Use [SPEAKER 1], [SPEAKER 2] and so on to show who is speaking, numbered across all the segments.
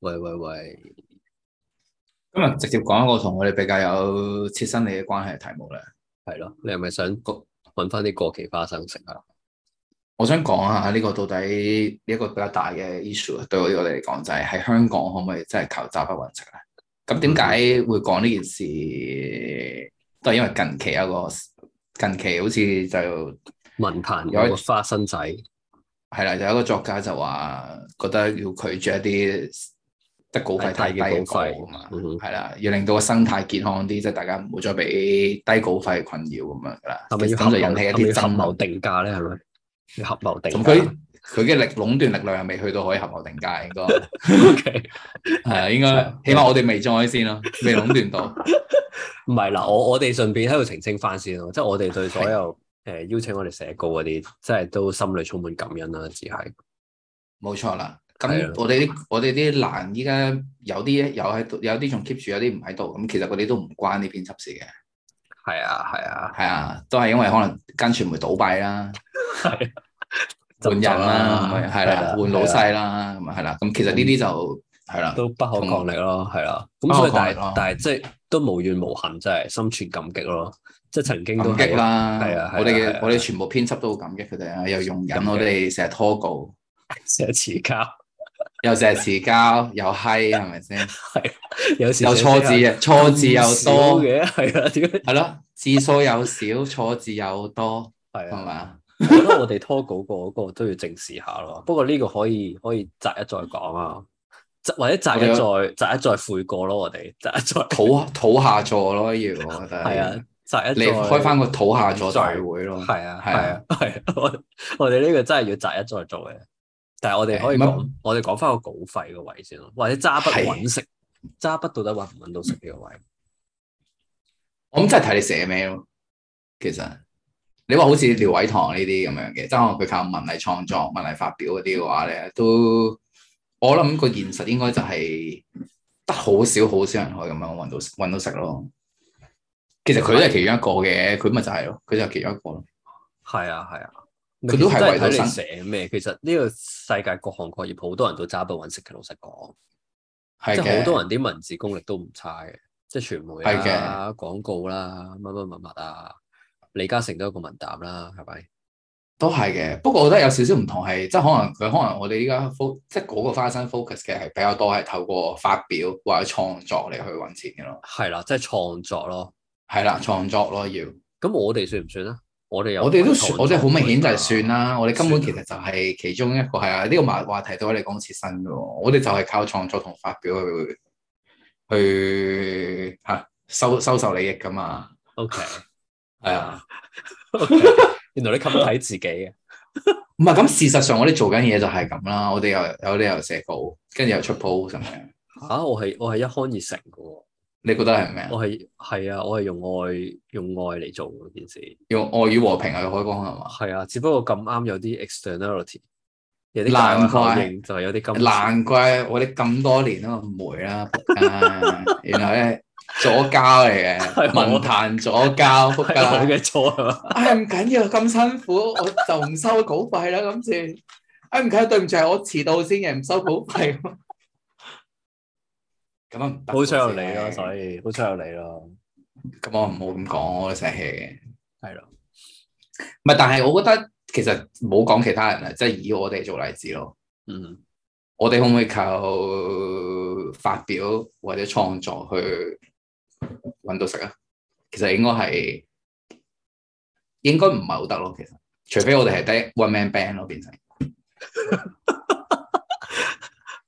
[SPEAKER 1] 喂喂喂，
[SPEAKER 2] 今日直接講一個同我哋比較有切身利嘅關係嘅題目咧。
[SPEAKER 1] 係咯，你係咪想揾翻啲過期花生食啊？
[SPEAKER 2] 我想講下呢個到底呢一個比較大嘅 issue 啊對我哋嚟講就係喺香港可唔可以真係靠揸筆揾食咧？咁點解
[SPEAKER 1] 嗯
[SPEAKER 2] 會講呢件事？都係因為近期有個近期好似就
[SPEAKER 1] 文壇有個花生仔，
[SPEAKER 2] 係啦，有一個作家就話覺得要拒絕一啲即係稿費太低嘅稿費啊嘛，
[SPEAKER 1] 嗯哼
[SPEAKER 2] 係啦，要令到個生態健康啲，即係大家唔好再俾低稿費困擾咁樣噶啦。
[SPEAKER 1] 係咪要合
[SPEAKER 2] 咁就
[SPEAKER 1] 謀
[SPEAKER 2] 引起
[SPEAKER 1] 係咪
[SPEAKER 2] 一
[SPEAKER 1] 要
[SPEAKER 2] 啲
[SPEAKER 1] 合
[SPEAKER 2] 爭
[SPEAKER 1] 謀
[SPEAKER 2] 論。
[SPEAKER 1] 定價咧？係咪要合謀定
[SPEAKER 2] 咁
[SPEAKER 1] 價
[SPEAKER 2] 佢佢嘅力壟斷力量係未去到可以合謀定價，應該
[SPEAKER 1] ？O K，
[SPEAKER 2] 係啊，應該起碼我哋未再先咯，未壟斷到。
[SPEAKER 1] 唔係嗱，我我哋順便喺度澄清翻先咯，即係我哋對所有誒邀請我哋寫稿嗰啲，即係都心裏充滿感恩啦，只係
[SPEAKER 2] 冇錯啦。
[SPEAKER 1] 係啊
[SPEAKER 2] 咁我哋啲我哋啲欄依家有啲有喺度，有啲仲 keep 住，有啲唔喺度。咁其實嗰啲都唔關啲編輯事嘅，
[SPEAKER 1] 係啊係啊
[SPEAKER 2] 係啊，都係因為可能間傳媒倒閉啦。
[SPEAKER 1] 係啊，
[SPEAKER 2] 換人啦，咁樣啊係啦，換老
[SPEAKER 1] 細
[SPEAKER 2] 細啦，咁啊係啦，咁其實呢啲就係啦，
[SPEAKER 1] 都不可抗力咯，係啦。
[SPEAKER 2] 不
[SPEAKER 1] 咁
[SPEAKER 2] 可
[SPEAKER 1] 所以但
[SPEAKER 2] 抗力咯
[SPEAKER 1] 係但係即係都無怨無恨，真係心存感激咯。即係曾經都
[SPEAKER 2] 感激
[SPEAKER 1] 係
[SPEAKER 2] 啦，
[SPEAKER 1] 係啊係啊
[SPEAKER 2] 我哋
[SPEAKER 1] 係啊
[SPEAKER 2] 嘅我哋全部編輯都好感激佢哋啊，又用
[SPEAKER 1] 感激
[SPEAKER 2] 緊我哋成日拖稿，
[SPEAKER 1] 寫詞交，
[SPEAKER 2] 又成日遲交，又閪係咪先？
[SPEAKER 1] 有時
[SPEAKER 2] 又錯字
[SPEAKER 1] 寫
[SPEAKER 2] 嘅，錯字又
[SPEAKER 1] 咁少
[SPEAKER 2] 多，
[SPEAKER 1] 嘅，係啊，點解
[SPEAKER 2] 係咯，字數又少，錯字又多，
[SPEAKER 1] 係
[SPEAKER 2] 係
[SPEAKER 1] 啊？
[SPEAKER 2] 嘛？
[SPEAKER 1] 我覺得我哋拖稿過嗰個都要正視下咯。不過呢個可以可以擇一再講啊，擇或者擇一再擇一再悔過咯。我哋擇一再
[SPEAKER 2] 土土下座咯，要我覺得
[SPEAKER 1] 係啊，，擇一
[SPEAKER 2] 你
[SPEAKER 1] 再
[SPEAKER 2] 開翻個土下座大會咯，
[SPEAKER 1] 係啊，係
[SPEAKER 2] 係
[SPEAKER 1] 啊
[SPEAKER 2] 啊，
[SPEAKER 1] 係啊， 我我哋呢個真係要擇一再做嘅。但係我哋可以
[SPEAKER 2] 係
[SPEAKER 1] 講，我哋講翻個稿費個位先咯，或者揸筆
[SPEAKER 2] 係
[SPEAKER 1] 揾食，揸筆到底揾唔揾到食呢個位？
[SPEAKER 2] 我諗真係睇你寫咩咯。其實你話好似廖偉棠呢啲咁樣嘅，即係可能佢靠文藝創作、文藝發表嗰啲嘅話咧，都我諗個現實應該就係得好少好少人可以咁樣揾到揾到食咯。其實佢都係其中一個嘅，佢咪就係咯，佢就係其中一個咯。
[SPEAKER 1] 係啊，係啊，
[SPEAKER 2] 佢都係
[SPEAKER 1] 其實真
[SPEAKER 2] 為咗
[SPEAKER 1] 睇你
[SPEAKER 2] 生
[SPEAKER 1] 寫咩。其實呢個世界各行各業好多人都揸筆揾食嘅，老實講，
[SPEAKER 2] 係
[SPEAKER 1] 即係
[SPEAKER 2] 嘅，
[SPEAKER 1] 好多人啲文字功力都唔差嘅，即係傳媒
[SPEAKER 2] 係
[SPEAKER 1] 啊、
[SPEAKER 2] 嘅
[SPEAKER 1] 廣告啦、乜乜乜乜啊，李嘉誠都有個文膽啦，係咪？
[SPEAKER 2] 都係嘅。不過我覺得有少少唔同係，即係可能佢可能我哋依家 focus 即係嗰個花生 focus 嘅係比較多係透過發表或者創作嚟去揾錢嘅咯。
[SPEAKER 1] 係啦，即係創作咯。
[SPEAKER 2] 係啦，創作咯要。
[SPEAKER 1] 咁我哋算唔算啊？我哋有
[SPEAKER 2] 我哋都
[SPEAKER 1] 份
[SPEAKER 2] 算，
[SPEAKER 1] 創
[SPEAKER 2] 我哋好
[SPEAKER 1] 作
[SPEAKER 2] 明顯就
[SPEAKER 1] 㗎
[SPEAKER 2] 係算啦。我哋根本其
[SPEAKER 1] 算啦
[SPEAKER 2] 實就係其中一個係啊，呢個話話題對我嚟講切身嘅喎。我哋就係靠創作同發表去去嚇、收收受利益噶嘛。
[SPEAKER 1] O K，
[SPEAKER 2] 係啊，
[SPEAKER 1] 原來你咁睇自己嘅，
[SPEAKER 2] 唔係咁事實上我哋做緊嘢就係咁啦。我哋又有啲又寫稿，跟住又出 post 咁樣。
[SPEAKER 1] 吓、啊我係我係一腔熱誠嘅喎，
[SPEAKER 2] 你覺得係咩啊？
[SPEAKER 1] 我係係啊，我係用愛用愛嚟做嗰件事，
[SPEAKER 2] 用愛與和平去開光係嘛？
[SPEAKER 1] 係啊，只不過咁啱有啲 externality，有啲
[SPEAKER 2] 難
[SPEAKER 1] 界外效
[SPEAKER 2] 怪
[SPEAKER 1] 應就係有啲金
[SPEAKER 2] 難怪我哋咁多年都梅啦，仆街原來咧左膠
[SPEAKER 1] 係
[SPEAKER 2] 嚟 嘅，
[SPEAKER 1] 我
[SPEAKER 2] 文壇左膠，仆
[SPEAKER 1] 係我
[SPEAKER 2] 街。
[SPEAKER 1] 嘅錯啊係嘛？
[SPEAKER 2] 唉，唔緊要，咁辛苦，我就唔收稿費啦，今次。唉，唔緊要，對唔住，係我遲到先嘅，唔收稿費。咁啊唔得，
[SPEAKER 1] 好彩有你咯，所以好彩有你咯，
[SPEAKER 2] 咁我唔好咁講，我成日 hea 嘅。
[SPEAKER 1] 係咯，
[SPEAKER 2] 唔係，但係我覺得其實冇講其他人啊，即係以我哋做例子咯。
[SPEAKER 1] 嗯，
[SPEAKER 2] 我哋可唔可以靠發表或者創作去揾到食啊？其實應該係應該唔係好得咯，其實除非我哋係得 one man band 咯，變成。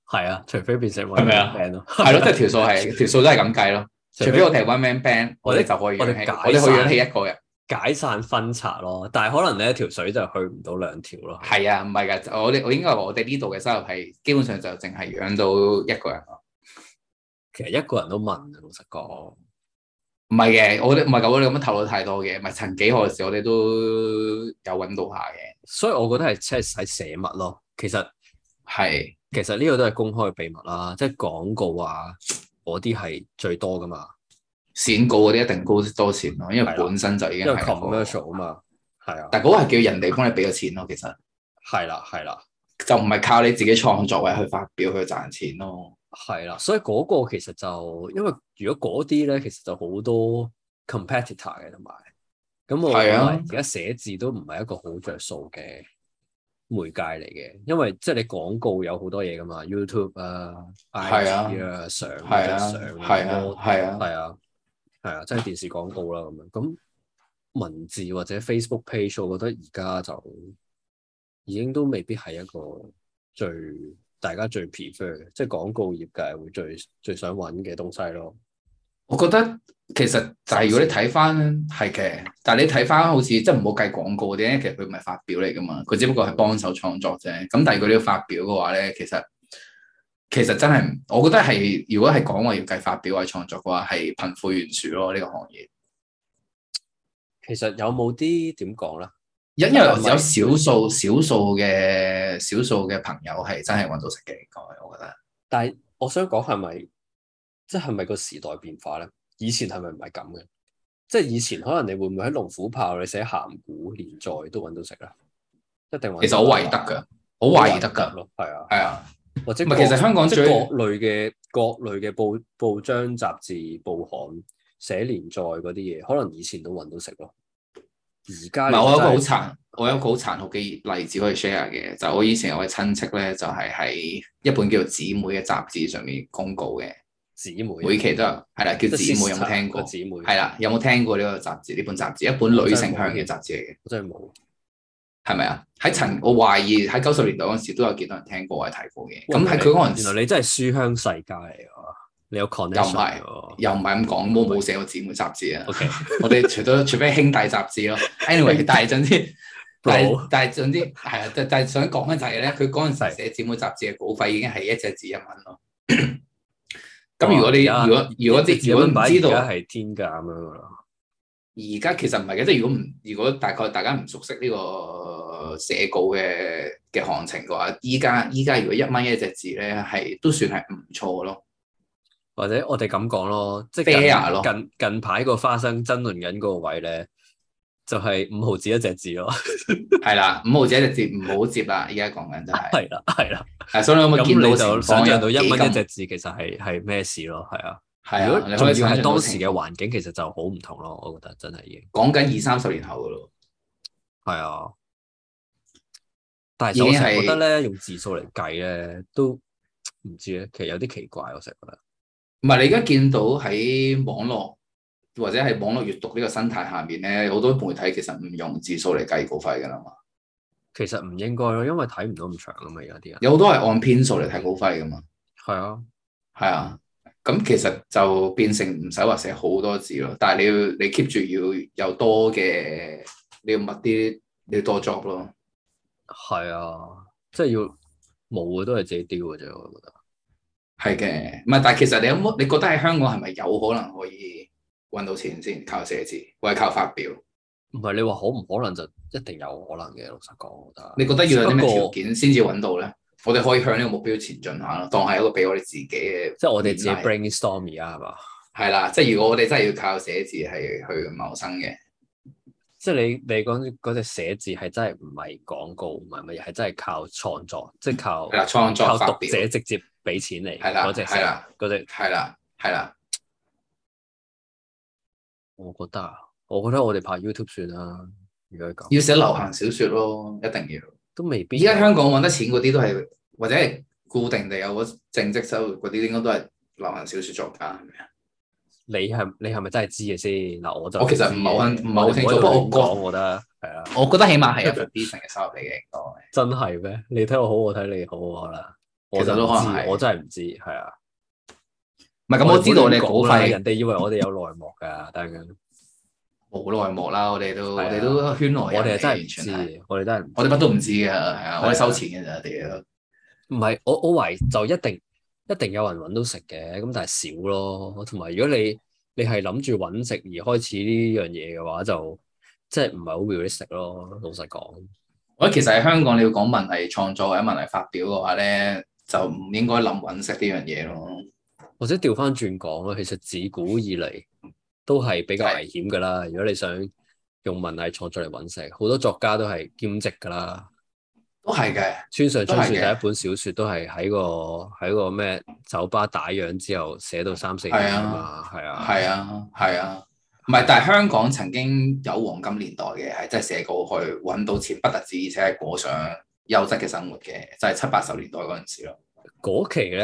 [SPEAKER 1] 係啊，除非變成
[SPEAKER 2] 係咪啊
[SPEAKER 1] one man band 咯，
[SPEAKER 2] 係 咯，即係條數係條數都係咁計咯。除非我哋係 one man band，
[SPEAKER 1] 我
[SPEAKER 2] 我
[SPEAKER 1] 哋
[SPEAKER 2] 哋就可以
[SPEAKER 1] 我哋
[SPEAKER 2] 養起，
[SPEAKER 1] 解
[SPEAKER 2] 我哋可以養
[SPEAKER 1] 散
[SPEAKER 2] 起一個人。
[SPEAKER 1] 解散分拆咯，但係可能你一條水就去唔到兩條咯，
[SPEAKER 2] 係啊，唔係㗎，我哋我應該話我哋呢度嘅收入係基本上就淨係養到一個人咯。
[SPEAKER 1] 其實一個人都問啊，老實講。
[SPEAKER 2] 唔係嘅，我哋唔係咁，我哋咁樣透露太多嘅。唔係曾幾何時，我哋都有揾到下嘅。
[SPEAKER 1] 所以我覺得係真係使寫物咯。其實
[SPEAKER 2] 係
[SPEAKER 1] 其實呢個都係公開嘅秘密啦，即係廣告啊嗰啲係最多噶嘛，
[SPEAKER 2] 閃告嗰啲一定高多錢咯，因為
[SPEAKER 1] 係啦
[SPEAKER 2] 本身就已
[SPEAKER 1] 因
[SPEAKER 2] 經
[SPEAKER 1] 為
[SPEAKER 2] 係一個
[SPEAKER 1] commercial 啊嘛，係啊，
[SPEAKER 2] 但嗰個係叫人哋幫你俾咗錢咯，其實
[SPEAKER 1] 係啦，係啦，
[SPEAKER 2] 就唔係靠你自己創作或者去發表去賺錢咯。
[SPEAKER 1] 係啦，所以嗰個其實就因為如果嗰啲咧，其實就好多 competitor 嘅，同埋咁我
[SPEAKER 2] 係啊
[SPEAKER 1] 認為而家寫字都唔係一個好着數嘅媒介嚟嘅，因為即係你廣告有好多嘢噶嘛，YouTube 啊、
[SPEAKER 2] 係啊
[SPEAKER 1] IG 啊、相
[SPEAKER 2] 係啊，
[SPEAKER 1] 相
[SPEAKER 2] 係啊，係啊，
[SPEAKER 1] 係啊，係啊，即係電視廣告啦咁樣。咁文字或者 Facebook page，我覺得而家就已經都未必係一個最大家最 prefer 嘅，即係廣告業界會最最想揾嘅東西咯。
[SPEAKER 2] 我覺得其實就係如果你睇翻係嘅，但係你睇翻好似即係唔好計廣告嗰啲咧，其實佢唔係發表嚟噶嘛，佢只不過係幫手創作啫。咁但係如果你要發表嘅話咧，其實其實真係唔，我覺得係如果係講話要計發表或者創作嘅話，係貧富懸殊咯呢、個行業。
[SPEAKER 1] 其實有冇啲點講咧？
[SPEAKER 2] 因因為有少數少數嘅少數嘅朋友係真係揾到食嘅，應該我覺得。
[SPEAKER 1] 但係我想講係咪，即係咪個時代變化咧？以前係咪唔係咁嘅？即係以前可能你會唔會喺龍虎豹你寫鹹古連載都揾到食咧？一定揾。啊
[SPEAKER 2] 其實好懷得㗎，好懷得㗎，
[SPEAKER 1] 咯，係啊。
[SPEAKER 2] 係啊。
[SPEAKER 1] 或者
[SPEAKER 2] 唔係其實香港
[SPEAKER 1] 即
[SPEAKER 2] 最
[SPEAKER 1] 係各類嘅各類嘅報報章、雜誌、報刊、寫連載嗰啲嘢，可能以前都揾到食咯。而家
[SPEAKER 2] 唔係，我有一個好
[SPEAKER 1] 慘
[SPEAKER 2] 殘，我有一個好殘酷嘅例子可以 share 嘅，就我以前有位親戚咧，就係、喺一本叫做《姊妹》嘅雜誌上面公告嘅，
[SPEAKER 1] 姊妹，
[SPEAKER 2] 每期都有，係啦，叫《姊妹》，有冇
[SPEAKER 1] sister
[SPEAKER 2] 聽
[SPEAKER 1] 個
[SPEAKER 2] 過？
[SPEAKER 1] 姊妹
[SPEAKER 2] 係啦，有冇聽過呢個雜誌？呢本雜誌一本女性向嘅雜誌嚟嘅，
[SPEAKER 1] 我真係冇。
[SPEAKER 2] 係咪啊？喺陳，我懷疑喺九十年代嗰陣時都有幾多人聽過或者睇過嘅。咁喺佢嗰陣
[SPEAKER 1] 原
[SPEAKER 2] 時
[SPEAKER 1] 來你真係書香世家嚟㗎，你有 connection 㗎。
[SPEAKER 2] 又唔係咁講，冇
[SPEAKER 1] 哦
[SPEAKER 2] 冇寫過姊妹雜誌啊。
[SPEAKER 1] O K，
[SPEAKER 2] 我哋除咗除非兄弟雜誌咯，anyway，但 係總之，但係
[SPEAKER 1] Bro
[SPEAKER 2] 但係總之係啊，但但係想講嘅就係咧，佢嗰陣時寫姊妹雜誌嘅稿費已經係一隻字一蚊 咯。咁如果你
[SPEAKER 1] 哇
[SPEAKER 2] 如果如果啲如果唔知道，
[SPEAKER 1] 而家
[SPEAKER 2] 而
[SPEAKER 1] 係天價咁樣㗎啦。
[SPEAKER 2] 家其實唔係嘅，即係如果唔如果大概大家唔熟悉呢個寫稿嘅嘅行情嘅話，依家依家如果一蚊一隻字咧，係都算係唔錯咯。
[SPEAKER 1] 或者我哋咁講咯，即係
[SPEAKER 2] Fair 咯
[SPEAKER 1] 近近近排個花生爭論緊嗰個位咧，就係、五毫子一隻字咯，
[SPEAKER 2] 係啦，五毫子一隻字唔好接啦，依家講緊就係。
[SPEAKER 1] 係啦係啦。
[SPEAKER 2] 係，所以你有冇
[SPEAKER 1] 咁
[SPEAKER 2] 見到
[SPEAKER 1] 你就想像到一
[SPEAKER 2] 情況有幾
[SPEAKER 1] 蚊一
[SPEAKER 2] 咁
[SPEAKER 1] 隻字其實係係咩事咯？係啊，
[SPEAKER 2] 係
[SPEAKER 1] 如
[SPEAKER 2] 啊，
[SPEAKER 1] 果
[SPEAKER 2] 你
[SPEAKER 1] 仲
[SPEAKER 2] 可
[SPEAKER 1] 要
[SPEAKER 2] 以想
[SPEAKER 1] 係
[SPEAKER 2] 象到
[SPEAKER 1] 當時
[SPEAKER 2] 情
[SPEAKER 1] 嘅環境，其實就好唔同咯。我覺得真係已經
[SPEAKER 2] 講緊二三十年後噶咯，
[SPEAKER 1] 係啊。但
[SPEAKER 2] 已
[SPEAKER 1] 係我
[SPEAKER 2] 經
[SPEAKER 1] 成日
[SPEAKER 2] 係
[SPEAKER 1] 覺得咧，用字數嚟計咧，都唔知咧，其實有啲奇怪。我成日覺得
[SPEAKER 2] 唔係你而家見到喺網絡或者係網絡閱讀呢個生態下面咧，好多媒體其實唔用字數嚟計稿費㗎啦嘛，
[SPEAKER 1] 其實唔應該咯，因為睇唔到咁長啊嘛，而家啲人
[SPEAKER 2] 有好多係按篇數嚟睇稿費㗎嘛，
[SPEAKER 1] 係啊，
[SPEAKER 2] 係啊，咁其實就變成唔使話寫好多字咯，但係你要你 keep 住要有多嘅，你要密啲，你要多 job 咯，
[SPEAKER 1] 係啊，即係要冇嘅都係自己丟嘅啫。我覺得。
[SPEAKER 2] 係嘅，唔係但係其實你有冇你覺得喺香港係咪有可能可以揾到錢先靠寫字，或者靠發表？
[SPEAKER 1] 唔係你話可唔可能就一定有可能嘅，老實講，我覺得。
[SPEAKER 2] 你覺得要有啲咩條
[SPEAKER 1] 不過
[SPEAKER 2] 件先至揾到咧？我哋可以向呢個目標前進下咯，當係一個俾我哋自己嘅
[SPEAKER 1] 即係我哋自己
[SPEAKER 2] 依賴
[SPEAKER 1] brainstorm 而家係嘛？
[SPEAKER 2] 係啦。即係如果我哋真係要靠寫字係去謀生嘅，
[SPEAKER 1] 即係你你講嗰隻寫字係真係唔係廣告，唔係乜嘢，係真係靠創作，即係靠
[SPEAKER 2] 係啦，創作
[SPEAKER 1] 靠
[SPEAKER 2] 發
[SPEAKER 1] 讀
[SPEAKER 2] 表，
[SPEAKER 1] 者直接俾錢你
[SPEAKER 2] 係啦
[SPEAKER 1] 嗰隻寫
[SPEAKER 2] 係啦
[SPEAKER 1] 嗰隻，
[SPEAKER 2] 係啦，係啦，
[SPEAKER 1] 我覺得啊，我覺得我哋拍 YouTube 算啦。如果係咁，
[SPEAKER 2] 要寫流行小説咯，一定要。
[SPEAKER 1] 都未必。
[SPEAKER 2] 而家香港揾得錢嗰啲都係或者係固定地有個正職收入嗰啲，應該都係流行小説作家係咪啊？
[SPEAKER 1] 你係你係咪真係知嘅先？嗱，我就
[SPEAKER 2] 我其實唔係好肯唔係好清楚不過我
[SPEAKER 1] 講，我覺得係啊，
[SPEAKER 2] 我覺得起碼係 一份 decent 嘅收入嚟嘅，應該
[SPEAKER 1] 真係咩？你睇我好，我睇你好，可能我
[SPEAKER 2] 其實
[SPEAKER 1] 就
[SPEAKER 2] 都
[SPEAKER 1] 唔
[SPEAKER 2] 可能
[SPEAKER 1] 知
[SPEAKER 2] 係
[SPEAKER 1] 我真係唔知，係啊。
[SPEAKER 2] 唔係咁，我知道你哦
[SPEAKER 1] 哋
[SPEAKER 2] 稿
[SPEAKER 1] 唔好亂講啦
[SPEAKER 2] 費
[SPEAKER 1] 人哋以為我哋有內幕㗎，但係
[SPEAKER 2] 冇內幕啦，我哋都我
[SPEAKER 1] 係啊
[SPEAKER 2] 哋都圈內
[SPEAKER 1] 我
[SPEAKER 2] 人
[SPEAKER 1] 哋係
[SPEAKER 2] 嚟
[SPEAKER 1] 真
[SPEAKER 2] 完
[SPEAKER 1] 係唔
[SPEAKER 2] 全
[SPEAKER 1] 知，我哋真係唔
[SPEAKER 2] 我哋乜都唔知嘅，係啊，我哋收錢嘅咋，
[SPEAKER 1] 啊
[SPEAKER 2] 屌！
[SPEAKER 1] 唔係我我懷疑就一定一定有人揾到食嘅，咁但係少咯。同埋如果你你係諗住揾食而開始呢樣嘢嘅話，就即係唔係好 realistic 咯。老實講，
[SPEAKER 2] 我覺得其實喺香港，你要講文藝創作或者文藝發表嘅話咧，就唔應該諗揾食呢樣嘢咯。
[SPEAKER 1] 或者調翻轉講啦，其實自古以嚟都係比較
[SPEAKER 2] 係
[SPEAKER 1] 危險㗎啦。如果你想用文藝創作嚟揾食，好多作家都係兼職㗎啦。
[SPEAKER 2] 都係嘅，
[SPEAKER 1] 村上春樹
[SPEAKER 2] 都
[SPEAKER 1] 第
[SPEAKER 2] 係嘅
[SPEAKER 1] 一本小說都係喺個喺個咩酒吧打烊之後寫到三四點
[SPEAKER 2] 係啊
[SPEAKER 1] 啊嘛，係啊，
[SPEAKER 2] 係啊，係啊，唔係，但係香港曾經有黃金年代嘅，係真係寫過去揾到錢，不特止，而且係過上優質嘅生活嘅，就係七八十年代嗰陣時咯。
[SPEAKER 1] 嗰期咧，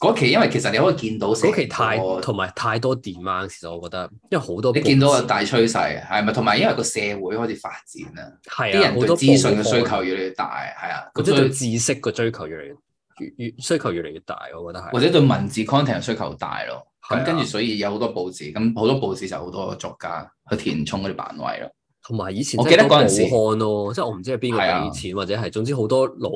[SPEAKER 2] 嗰期因為其實你可以見到成
[SPEAKER 1] 嗰期太
[SPEAKER 2] 個
[SPEAKER 1] 同埋太多 demand，其實我覺得，因為好多
[SPEAKER 2] 你見到個啊
[SPEAKER 1] 報紙
[SPEAKER 2] 大趨勢係咪？同埋因為個社會開始發展啦，啲
[SPEAKER 1] 係啊，
[SPEAKER 2] 人
[SPEAKER 1] 好
[SPEAKER 2] 對
[SPEAKER 1] 多
[SPEAKER 2] 資訊嘅
[SPEAKER 1] 報刊
[SPEAKER 2] 需求越嚟越大，係啊，
[SPEAKER 1] 或
[SPEAKER 2] 咁
[SPEAKER 1] 者
[SPEAKER 2] 所
[SPEAKER 1] 對
[SPEAKER 2] 以
[SPEAKER 1] 知識嘅追求越嚟越越越需求越嚟越大，我覺得
[SPEAKER 2] 或
[SPEAKER 1] 係。
[SPEAKER 2] 者對文字 content 嘅需求大咯。
[SPEAKER 1] 係啊
[SPEAKER 2] 咁跟住所以有好多報紙，咁好多報紙就好多作家去填充嗰啲版位咯。
[SPEAKER 1] 同埋以前
[SPEAKER 2] 我
[SPEAKER 1] 真係
[SPEAKER 2] 記得
[SPEAKER 1] 多
[SPEAKER 2] 嗰陣時
[SPEAKER 1] 報刊咯，即係我唔知係邊個
[SPEAKER 2] 係啊
[SPEAKER 1] 俾錢，或者係總之好多老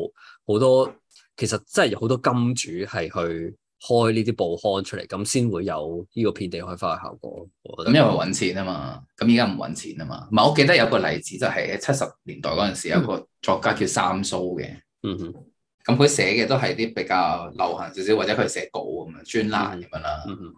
[SPEAKER 1] 好多，其實真係有好多金主係去開呢啲報刊出嚟，咁先會有呢個遍地開花嘅效果。我覺
[SPEAKER 2] 咁因
[SPEAKER 1] 得
[SPEAKER 2] 為揾錢啊嘛，咁而家唔揾錢啊嘛。唔係，我記得有個例子就係喺七十年代嗰陣時，有個作家叫三蘇嘅，
[SPEAKER 1] 嗯哼
[SPEAKER 2] 咁佢寫嘅都係啲比較流行少少，或者佢寫稿咁樣專欄咁樣啦。
[SPEAKER 1] 嗯哼，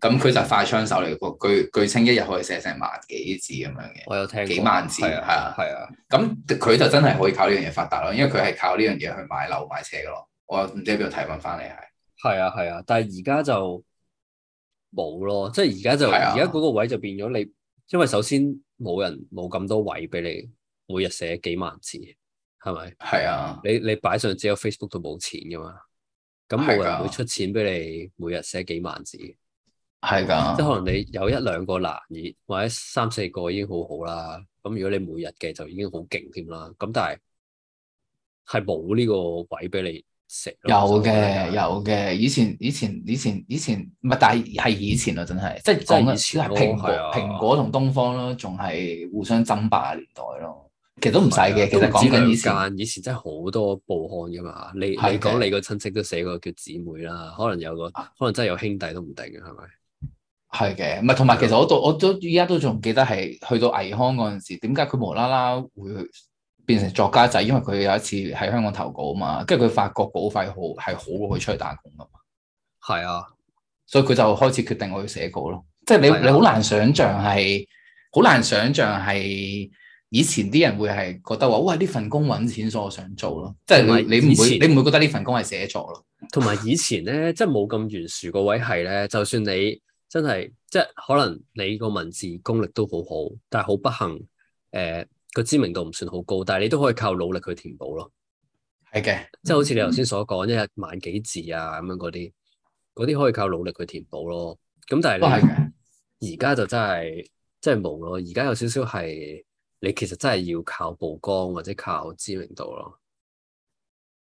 [SPEAKER 2] 咁佢就係快槍手嚟個，據據稱一日可以寫成萬幾字咁樣嘅。
[SPEAKER 1] 我有聽過
[SPEAKER 2] 幾萬字
[SPEAKER 1] 係啊
[SPEAKER 2] 係啊
[SPEAKER 1] 係啊，
[SPEAKER 2] 咁佢就真係可以靠呢樣嘢發達咯，因為佢係靠呢樣嘢去買樓買車嘅咯。我唔知喺邊度睇揾翻嚟係。
[SPEAKER 1] 係啊，係啊，但係而家就冇咯，即係而家就
[SPEAKER 2] 係啊
[SPEAKER 1] 而家嗰個位就變咗你，因為首先冇人冇咁多位俾你每日寫幾萬字，係咪？
[SPEAKER 2] 係啊，
[SPEAKER 1] 你你擺上只有 Facebook 度冇錢噶嘛，咁
[SPEAKER 2] 係
[SPEAKER 1] 冇
[SPEAKER 2] 㗎
[SPEAKER 1] 人會出錢俾你每日寫幾萬字，即係
[SPEAKER 2] 係㗎，
[SPEAKER 1] 可能你有一兩個難以或者三四個已經好好啦，咁如果你每日嘅就已經好勁添啦，咁但係係冇呢個位俾你寫咯。
[SPEAKER 2] 有
[SPEAKER 1] 所以我覺
[SPEAKER 2] 嘅
[SPEAKER 1] 得啊
[SPEAKER 2] 有嘅。以前以前以前以前唔係，但係係以前啊咯，真係即
[SPEAKER 1] 真係
[SPEAKER 2] 係講
[SPEAKER 1] 以
[SPEAKER 2] 緊
[SPEAKER 1] 前
[SPEAKER 2] 係
[SPEAKER 1] 咯
[SPEAKER 2] 蘋果
[SPEAKER 1] 係啊
[SPEAKER 2] 蘋果同東方咯，仲係互相爭霸嘅年代咯。其實都唔使
[SPEAKER 1] 係啊
[SPEAKER 2] 嘅，其實
[SPEAKER 1] 都唔止
[SPEAKER 2] 講緊以前
[SPEAKER 1] 兩間以前真係好多報刊噶嘛。你你
[SPEAKER 2] 係嘅
[SPEAKER 1] 講你個親戚都寫過叫姊妹啦，可能有個可能真係有兄弟都唔定嘅，係咪？
[SPEAKER 2] 係嘅，唔係同埋其實我到我都依家都仲記得係去到倪康嗰陣時，點解佢無啦啦會變成作家仔？因為佢有一次喺香港投稿啊嘛，跟住佢發覺稿費好係好過佢出去打工噶嘛，
[SPEAKER 1] 係啊，
[SPEAKER 2] 所以佢就開始決定我要寫稿咯。即係你
[SPEAKER 1] 係啊
[SPEAKER 2] 你好難想像係好難想像係以前啲人會係覺得話哇呢份工揾錢，所以我想做咯。即係
[SPEAKER 1] 同埋
[SPEAKER 2] 你你
[SPEAKER 1] 以
[SPEAKER 2] 唔會
[SPEAKER 1] 前
[SPEAKER 2] 你唔會覺得呢份工係寫作咯？
[SPEAKER 1] 同埋以前咧， 即係冇咁懸殊個位係咧，就算你真係即係可能你個文字功力都好好，但係好不幸誒、個知名度唔算好高，但係你都可以靠努力去填補咯。
[SPEAKER 2] 係嘅，
[SPEAKER 1] 即係好似你頭
[SPEAKER 2] 嗯
[SPEAKER 1] 先所講，一日萬幾字啊咁樣嗰啲，嗰啲可以靠努力去填補咯。咁但
[SPEAKER 2] 都
[SPEAKER 1] 係
[SPEAKER 2] 係
[SPEAKER 1] 你。
[SPEAKER 2] 嘅。
[SPEAKER 1] 而家就真係真係冇咯，而家有少少係你其實真係要靠曝光或者靠知名度咯。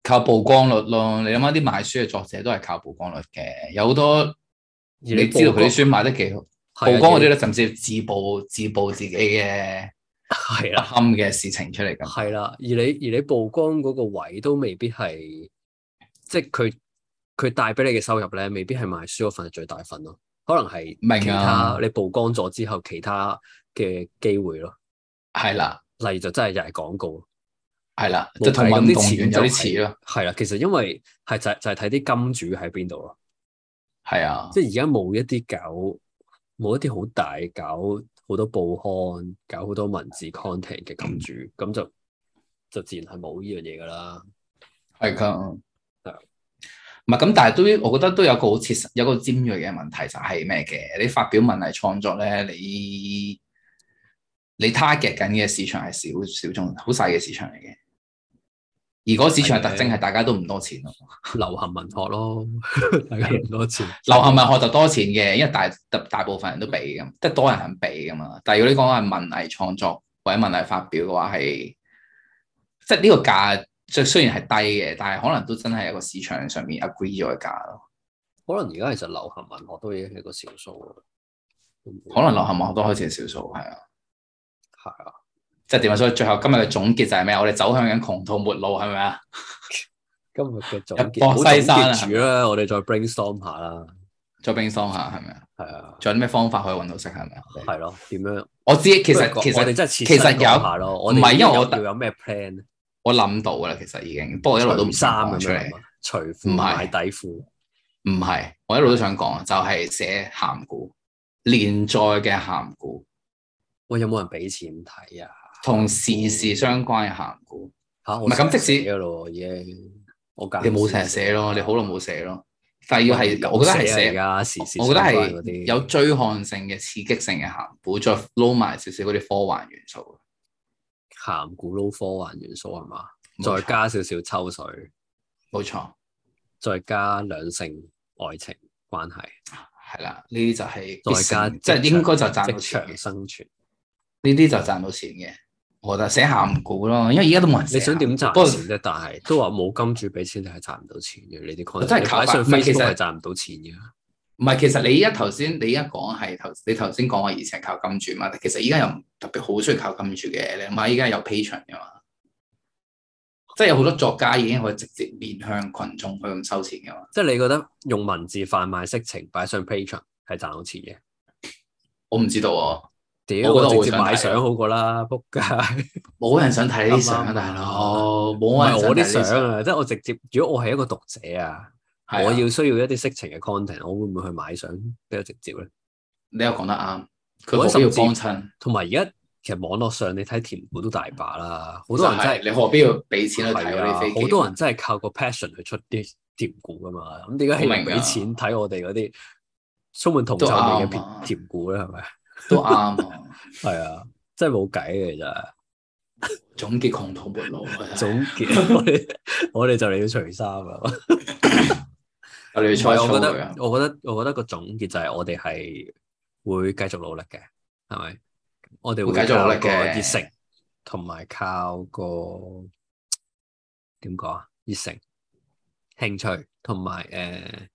[SPEAKER 2] 靠曝光率咯，你諗下啲賣書嘅作者都係靠曝光率嘅，有好多
[SPEAKER 1] 而
[SPEAKER 2] 你知道佢啲書賣得幾好，
[SPEAKER 1] 曝
[SPEAKER 2] 曝光嗰啲
[SPEAKER 1] 啲
[SPEAKER 2] 咧，甚至自曝自曝自己嘅
[SPEAKER 1] 係
[SPEAKER 2] 不
[SPEAKER 1] 啦，
[SPEAKER 2] 堪嘅事情出嚟咁。
[SPEAKER 1] 係啦，而你而你曝光嗰個位都未必係，即係佢佢帶俾你嘅收入咧，未必係賣書嗰份係最大份咯，可能係
[SPEAKER 2] 明啊
[SPEAKER 1] 其他你曝光咗之後其他嘅機會咯，
[SPEAKER 2] 係啦，
[SPEAKER 1] 例如就真係又係廣告。
[SPEAKER 2] 係啦，
[SPEAKER 1] 冇
[SPEAKER 2] 就同運動員
[SPEAKER 1] 計咁啲錢就
[SPEAKER 2] 有
[SPEAKER 1] 係
[SPEAKER 2] 啲似咯。
[SPEAKER 1] 係啦，其實因為係就係就係睇啲金主喺邊度咯。
[SPEAKER 2] 係啊，
[SPEAKER 1] 即係而家冇一啲搞，冇一啲好大搞好多報刊，搞好多文字 content 嘅金主，咁就就自然係冇呢樣嘢噶啦。
[SPEAKER 2] 係噶
[SPEAKER 1] 係啊。
[SPEAKER 2] 唔係咁，但係都我覺得都有個好切實、有個尖鋭嘅問題就係咩嘅？你發表文藝創作咧，你你 target 緊嘅市場係小小眾、好細嘅市場嚟嘅，而嗰個市場嘅特徵係大家都唔多錢咯。
[SPEAKER 1] 流行文學咯，大家咁多錢，
[SPEAKER 2] 流行文學就多錢嘅，因為大大大部分人都俾咁，即係多人肯俾噶嘛。但係如果你講係文藝創作或者文藝發表嘅話，係即係呢個價，即係雖然係低嘅，但係可能都真係有個市場上面 agree 咗嘅價咯。
[SPEAKER 1] 可能而家其實流行文學都已經係個少數咯。
[SPEAKER 2] 可能流行文學都開始係少數，係啊，
[SPEAKER 1] 係啊，
[SPEAKER 2] 即係點啊？所以最後今日嘅總結就係咩？我哋走向緊窮途末路係咪啊？
[SPEAKER 1] 今日嘅總
[SPEAKER 2] 日
[SPEAKER 1] 結，
[SPEAKER 2] 薄
[SPEAKER 1] 好總
[SPEAKER 2] 西山啊
[SPEAKER 1] 結住啦，我哋再 brainstorm 下啦。
[SPEAKER 2] 再冰霜下係咪啊？
[SPEAKER 1] 係啊，
[SPEAKER 2] 仲有啲咩方法可以揾到食係咪啊？
[SPEAKER 1] 係咯，點樣？
[SPEAKER 2] 我知其
[SPEAKER 1] 不如
[SPEAKER 2] 實
[SPEAKER 1] 講
[SPEAKER 2] 其
[SPEAKER 1] 我哋
[SPEAKER 2] 實
[SPEAKER 1] 真係切
[SPEAKER 2] 其實
[SPEAKER 1] 身
[SPEAKER 2] 有
[SPEAKER 1] 講下咯，我哋
[SPEAKER 2] 唔係因為
[SPEAKER 1] 要
[SPEAKER 2] 我
[SPEAKER 1] 有要有咩 plan？
[SPEAKER 2] 我諗到噶啦，其實已經，不過我一路都唔
[SPEAKER 1] 除衫
[SPEAKER 2] 想
[SPEAKER 1] 咁
[SPEAKER 2] 講出
[SPEAKER 1] 樣
[SPEAKER 2] 嚟
[SPEAKER 1] 係。嘛，除褲
[SPEAKER 2] 唔係
[SPEAKER 1] 買底褲。
[SPEAKER 2] 唔係，我一路都想講，就係、寫鹹古，連載嘅鹹古，
[SPEAKER 1] 喂，有冇人俾錢睇啊？
[SPEAKER 2] 同時事相關嘅鹹古，
[SPEAKER 1] 嚇，
[SPEAKER 2] 唔係咁即使
[SPEAKER 1] 嘅咯，已經我
[SPEAKER 2] 你冇成日寫咯，你好耐冇寫咯。但係要
[SPEAKER 1] 啊
[SPEAKER 2] 係，我覺得係寫
[SPEAKER 1] 而家時事
[SPEAKER 2] 我覺得
[SPEAKER 1] 相關嗰啲
[SPEAKER 2] 係有追看性嘅、刺激性嘅鹹古，再撈埋少少嗰啲科幻元素，
[SPEAKER 1] 鹹古撈科幻元素係嘛？
[SPEAKER 2] 冇
[SPEAKER 1] 再
[SPEAKER 2] 錯
[SPEAKER 1] 加少少抽水，
[SPEAKER 2] 冇錯，
[SPEAKER 1] 再加兩性愛情關係，
[SPEAKER 2] 係啦，呢啲就係必
[SPEAKER 1] 再加
[SPEAKER 2] 勝即係應該就賺到
[SPEAKER 1] 職
[SPEAKER 2] 錢嘅啊
[SPEAKER 1] 場生存。
[SPEAKER 2] 呢啲就賺到錢嘅。我覺得寫鹹古咯，因為而家都冇人寫
[SPEAKER 1] 你想點
[SPEAKER 2] 鹹古
[SPEAKER 1] 賺錢啫？但係都話冇金主俾錢，你係賺唔到錢嘅。你啲 content
[SPEAKER 2] 真係
[SPEAKER 1] 你
[SPEAKER 2] 靠
[SPEAKER 1] 擺上
[SPEAKER 2] 唔係其實
[SPEAKER 1] Facebook 係賺唔到錢嘅。
[SPEAKER 2] 唔係，其實你依家頭先，你依家講係頭，你頭先講話以前靠金主嘛，其實依家又唔特別好需要靠金主嘅，你諗下依家有 patron 嘅嘛，即係有好多作家已經可以直接面向群眾去咁收錢嘅嘛。
[SPEAKER 1] 即係你覺得用文字販賣色情擺上 Patreon 係賺到錢嘅？
[SPEAKER 2] 我唔知道喎，
[SPEAKER 1] 屌，
[SPEAKER 2] 我覺得我
[SPEAKER 1] 我
[SPEAKER 2] 會
[SPEAKER 1] 直接
[SPEAKER 2] 想睇
[SPEAKER 1] 買相好過啦，仆街！
[SPEAKER 2] 冇人想睇呢啲相
[SPEAKER 1] 啱
[SPEAKER 2] 啊，
[SPEAKER 1] 啱
[SPEAKER 2] 大佬，
[SPEAKER 1] 唔
[SPEAKER 2] 冇人
[SPEAKER 1] 係
[SPEAKER 2] 想
[SPEAKER 1] 我啲
[SPEAKER 2] 睇呢啲相
[SPEAKER 1] 相啊，即係我直接，如果我係一個讀者啊，
[SPEAKER 2] 係啊
[SPEAKER 1] 我要需要一啲色情嘅 content，我會唔會去買相比較直接咧？
[SPEAKER 2] 你又講得啱，佢
[SPEAKER 1] 我
[SPEAKER 2] 何
[SPEAKER 1] 甚
[SPEAKER 2] 必要
[SPEAKER 1] 至
[SPEAKER 2] 幫襯？
[SPEAKER 1] 同埋而家其實網絡上你睇甜股都大把啦，好
[SPEAKER 2] 好
[SPEAKER 1] 多人真係
[SPEAKER 2] 你何必要俾錢去睇
[SPEAKER 1] 係
[SPEAKER 2] 嗰啲飛
[SPEAKER 1] 啊，
[SPEAKER 2] 機？
[SPEAKER 1] 好多人真係靠個 passion 去出啲甜股噶嘛，咁點解
[SPEAKER 2] 我
[SPEAKER 1] 係
[SPEAKER 2] 明
[SPEAKER 1] 要俾
[SPEAKER 2] 㗎
[SPEAKER 1] 錢睇我哋嗰啲充滿銅臭味嘅
[SPEAKER 2] 都啱啊
[SPEAKER 1] 甜甜股咧？係咪？
[SPEAKER 2] 都啱啊！
[SPEAKER 1] 係啊，真係冇計嘅真係。
[SPEAKER 2] 總結窮途末 路啊，
[SPEAKER 1] 總 結我哋 我哋就嚟要除衫啦。
[SPEAKER 2] 我哋
[SPEAKER 1] 唔
[SPEAKER 2] 要
[SPEAKER 1] 係
[SPEAKER 2] 採
[SPEAKER 1] 我
[SPEAKER 2] 粗
[SPEAKER 1] 覺
[SPEAKER 2] 佢啊
[SPEAKER 1] 得，！我覺得，我覺得個總結就係我哋係會繼續努力嘅，係咪？我哋會
[SPEAKER 2] 會繼續努力嘅
[SPEAKER 1] 靠個熱誠同埋靠個點講啊？熱誠、興趣同埋誒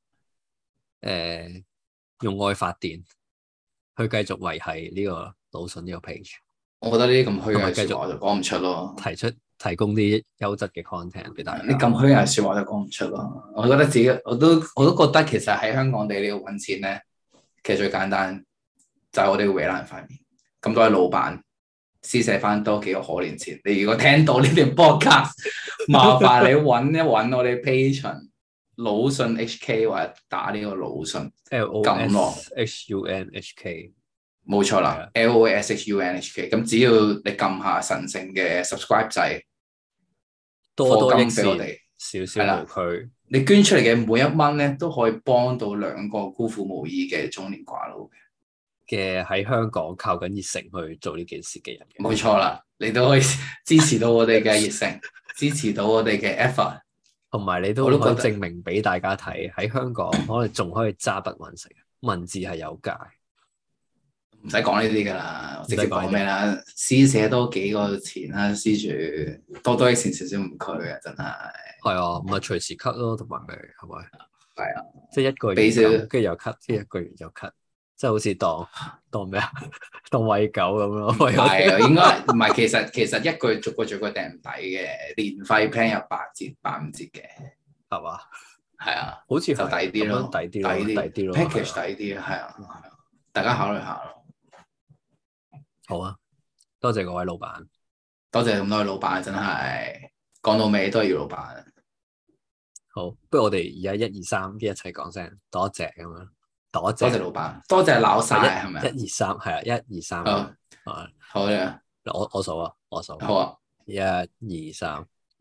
[SPEAKER 1] 誒用愛發電去繼續維係呢個魯迅呢個 page，
[SPEAKER 2] 我覺得呢啲咁虛
[SPEAKER 1] 同埋
[SPEAKER 2] 偽
[SPEAKER 1] 繼
[SPEAKER 2] 嘅
[SPEAKER 1] 續
[SPEAKER 2] 説話我就講唔出咯。
[SPEAKER 1] 提出提供啲優質嘅 content 俾大家。
[SPEAKER 2] 你咁虛偽説話我就講唔出咯。我覺得自己我都我都覺得其實喺香港地你要揾錢咧，其實最簡單就係我哋要搲爛塊面。咁多位老闆，施捨翻多幾個可憐錢。你如果聽到呢段 podcast，麻煩你揾一揾我哋 patron 魯迅 HK 或者打呢個魯迅，
[SPEAKER 1] L O
[SPEAKER 2] 咁咯
[SPEAKER 1] S H U N H K
[SPEAKER 2] 冇錯
[SPEAKER 1] 係
[SPEAKER 2] 啦
[SPEAKER 1] 啊
[SPEAKER 2] ，L O S H U N H K。咁只要你撳下神聖嘅 subscribe 掣，
[SPEAKER 1] 多多
[SPEAKER 2] 課
[SPEAKER 1] 益
[SPEAKER 2] 金俾我
[SPEAKER 1] 善，
[SPEAKER 2] 哋。
[SPEAKER 1] 少
[SPEAKER 2] 係
[SPEAKER 1] 少
[SPEAKER 2] 啦
[SPEAKER 1] 無區。
[SPEAKER 2] 你捐出嚟嘅每一蚊咧，都可以幫到兩個孤苦無依嘅中年寡佬嘅。
[SPEAKER 1] 嘅喺香港靠緊熱誠去做呢件事嘅人嘅。
[SPEAKER 2] 冇錯啦，你都可以支持到我哋嘅 熱誠，支持到我哋嘅 effort。
[SPEAKER 1] 同埋你都
[SPEAKER 2] 我都
[SPEAKER 1] 可以
[SPEAKER 2] 覺得
[SPEAKER 1] 證明俾大家睇，喺香港 可能仲可以揸筆揾食，文字係有價。
[SPEAKER 2] 唔使講呢啲㗎啦，我直
[SPEAKER 1] 唔
[SPEAKER 2] 接
[SPEAKER 1] 使講
[SPEAKER 2] 講咩啦？施捨多幾個錢啦，施主多多益善少少唔拒啊，真係。
[SPEAKER 1] 係啊，唔係隨時 cut 咯，同埋咪係咪？
[SPEAKER 2] 係啊，
[SPEAKER 1] 即係一個月
[SPEAKER 2] 俾少
[SPEAKER 1] 咁跟住又 cut，跟住一個月又 cut，即係好似 當當咩啊？ 當餵狗咁咯，餵咗
[SPEAKER 2] 係啊，應該唔係，其實 其實一句逐個逐個訂唔抵嘅，年費 plan 有八折八五折嘅，
[SPEAKER 1] 係嘛？
[SPEAKER 2] 係啊。
[SPEAKER 1] 好似
[SPEAKER 2] 就
[SPEAKER 1] 係
[SPEAKER 2] 抵啲咯
[SPEAKER 1] 咁樣抵啲咯，
[SPEAKER 2] 啲
[SPEAKER 1] 抵啲咯。係啊
[SPEAKER 2] package 抵啲係啊，係啊大家考慮下咯。
[SPEAKER 1] 好啊，多謝各位老闆。
[SPEAKER 2] 多謝咁多位老闆，啊真係講到尾都係要老闆。啊
[SPEAKER 1] 好，不如我哋而家一二三一齊講聲多謝咁樣，多
[SPEAKER 2] 多
[SPEAKER 1] 謝
[SPEAKER 2] 謝老闆，啊多謝鬧晒係咪啊？
[SPEAKER 1] 一二三係啊，一二三
[SPEAKER 2] 好
[SPEAKER 1] 啊，
[SPEAKER 2] 好啊，
[SPEAKER 1] 嗱我我數啊，我數
[SPEAKER 2] 好啊，
[SPEAKER 1] 一二三，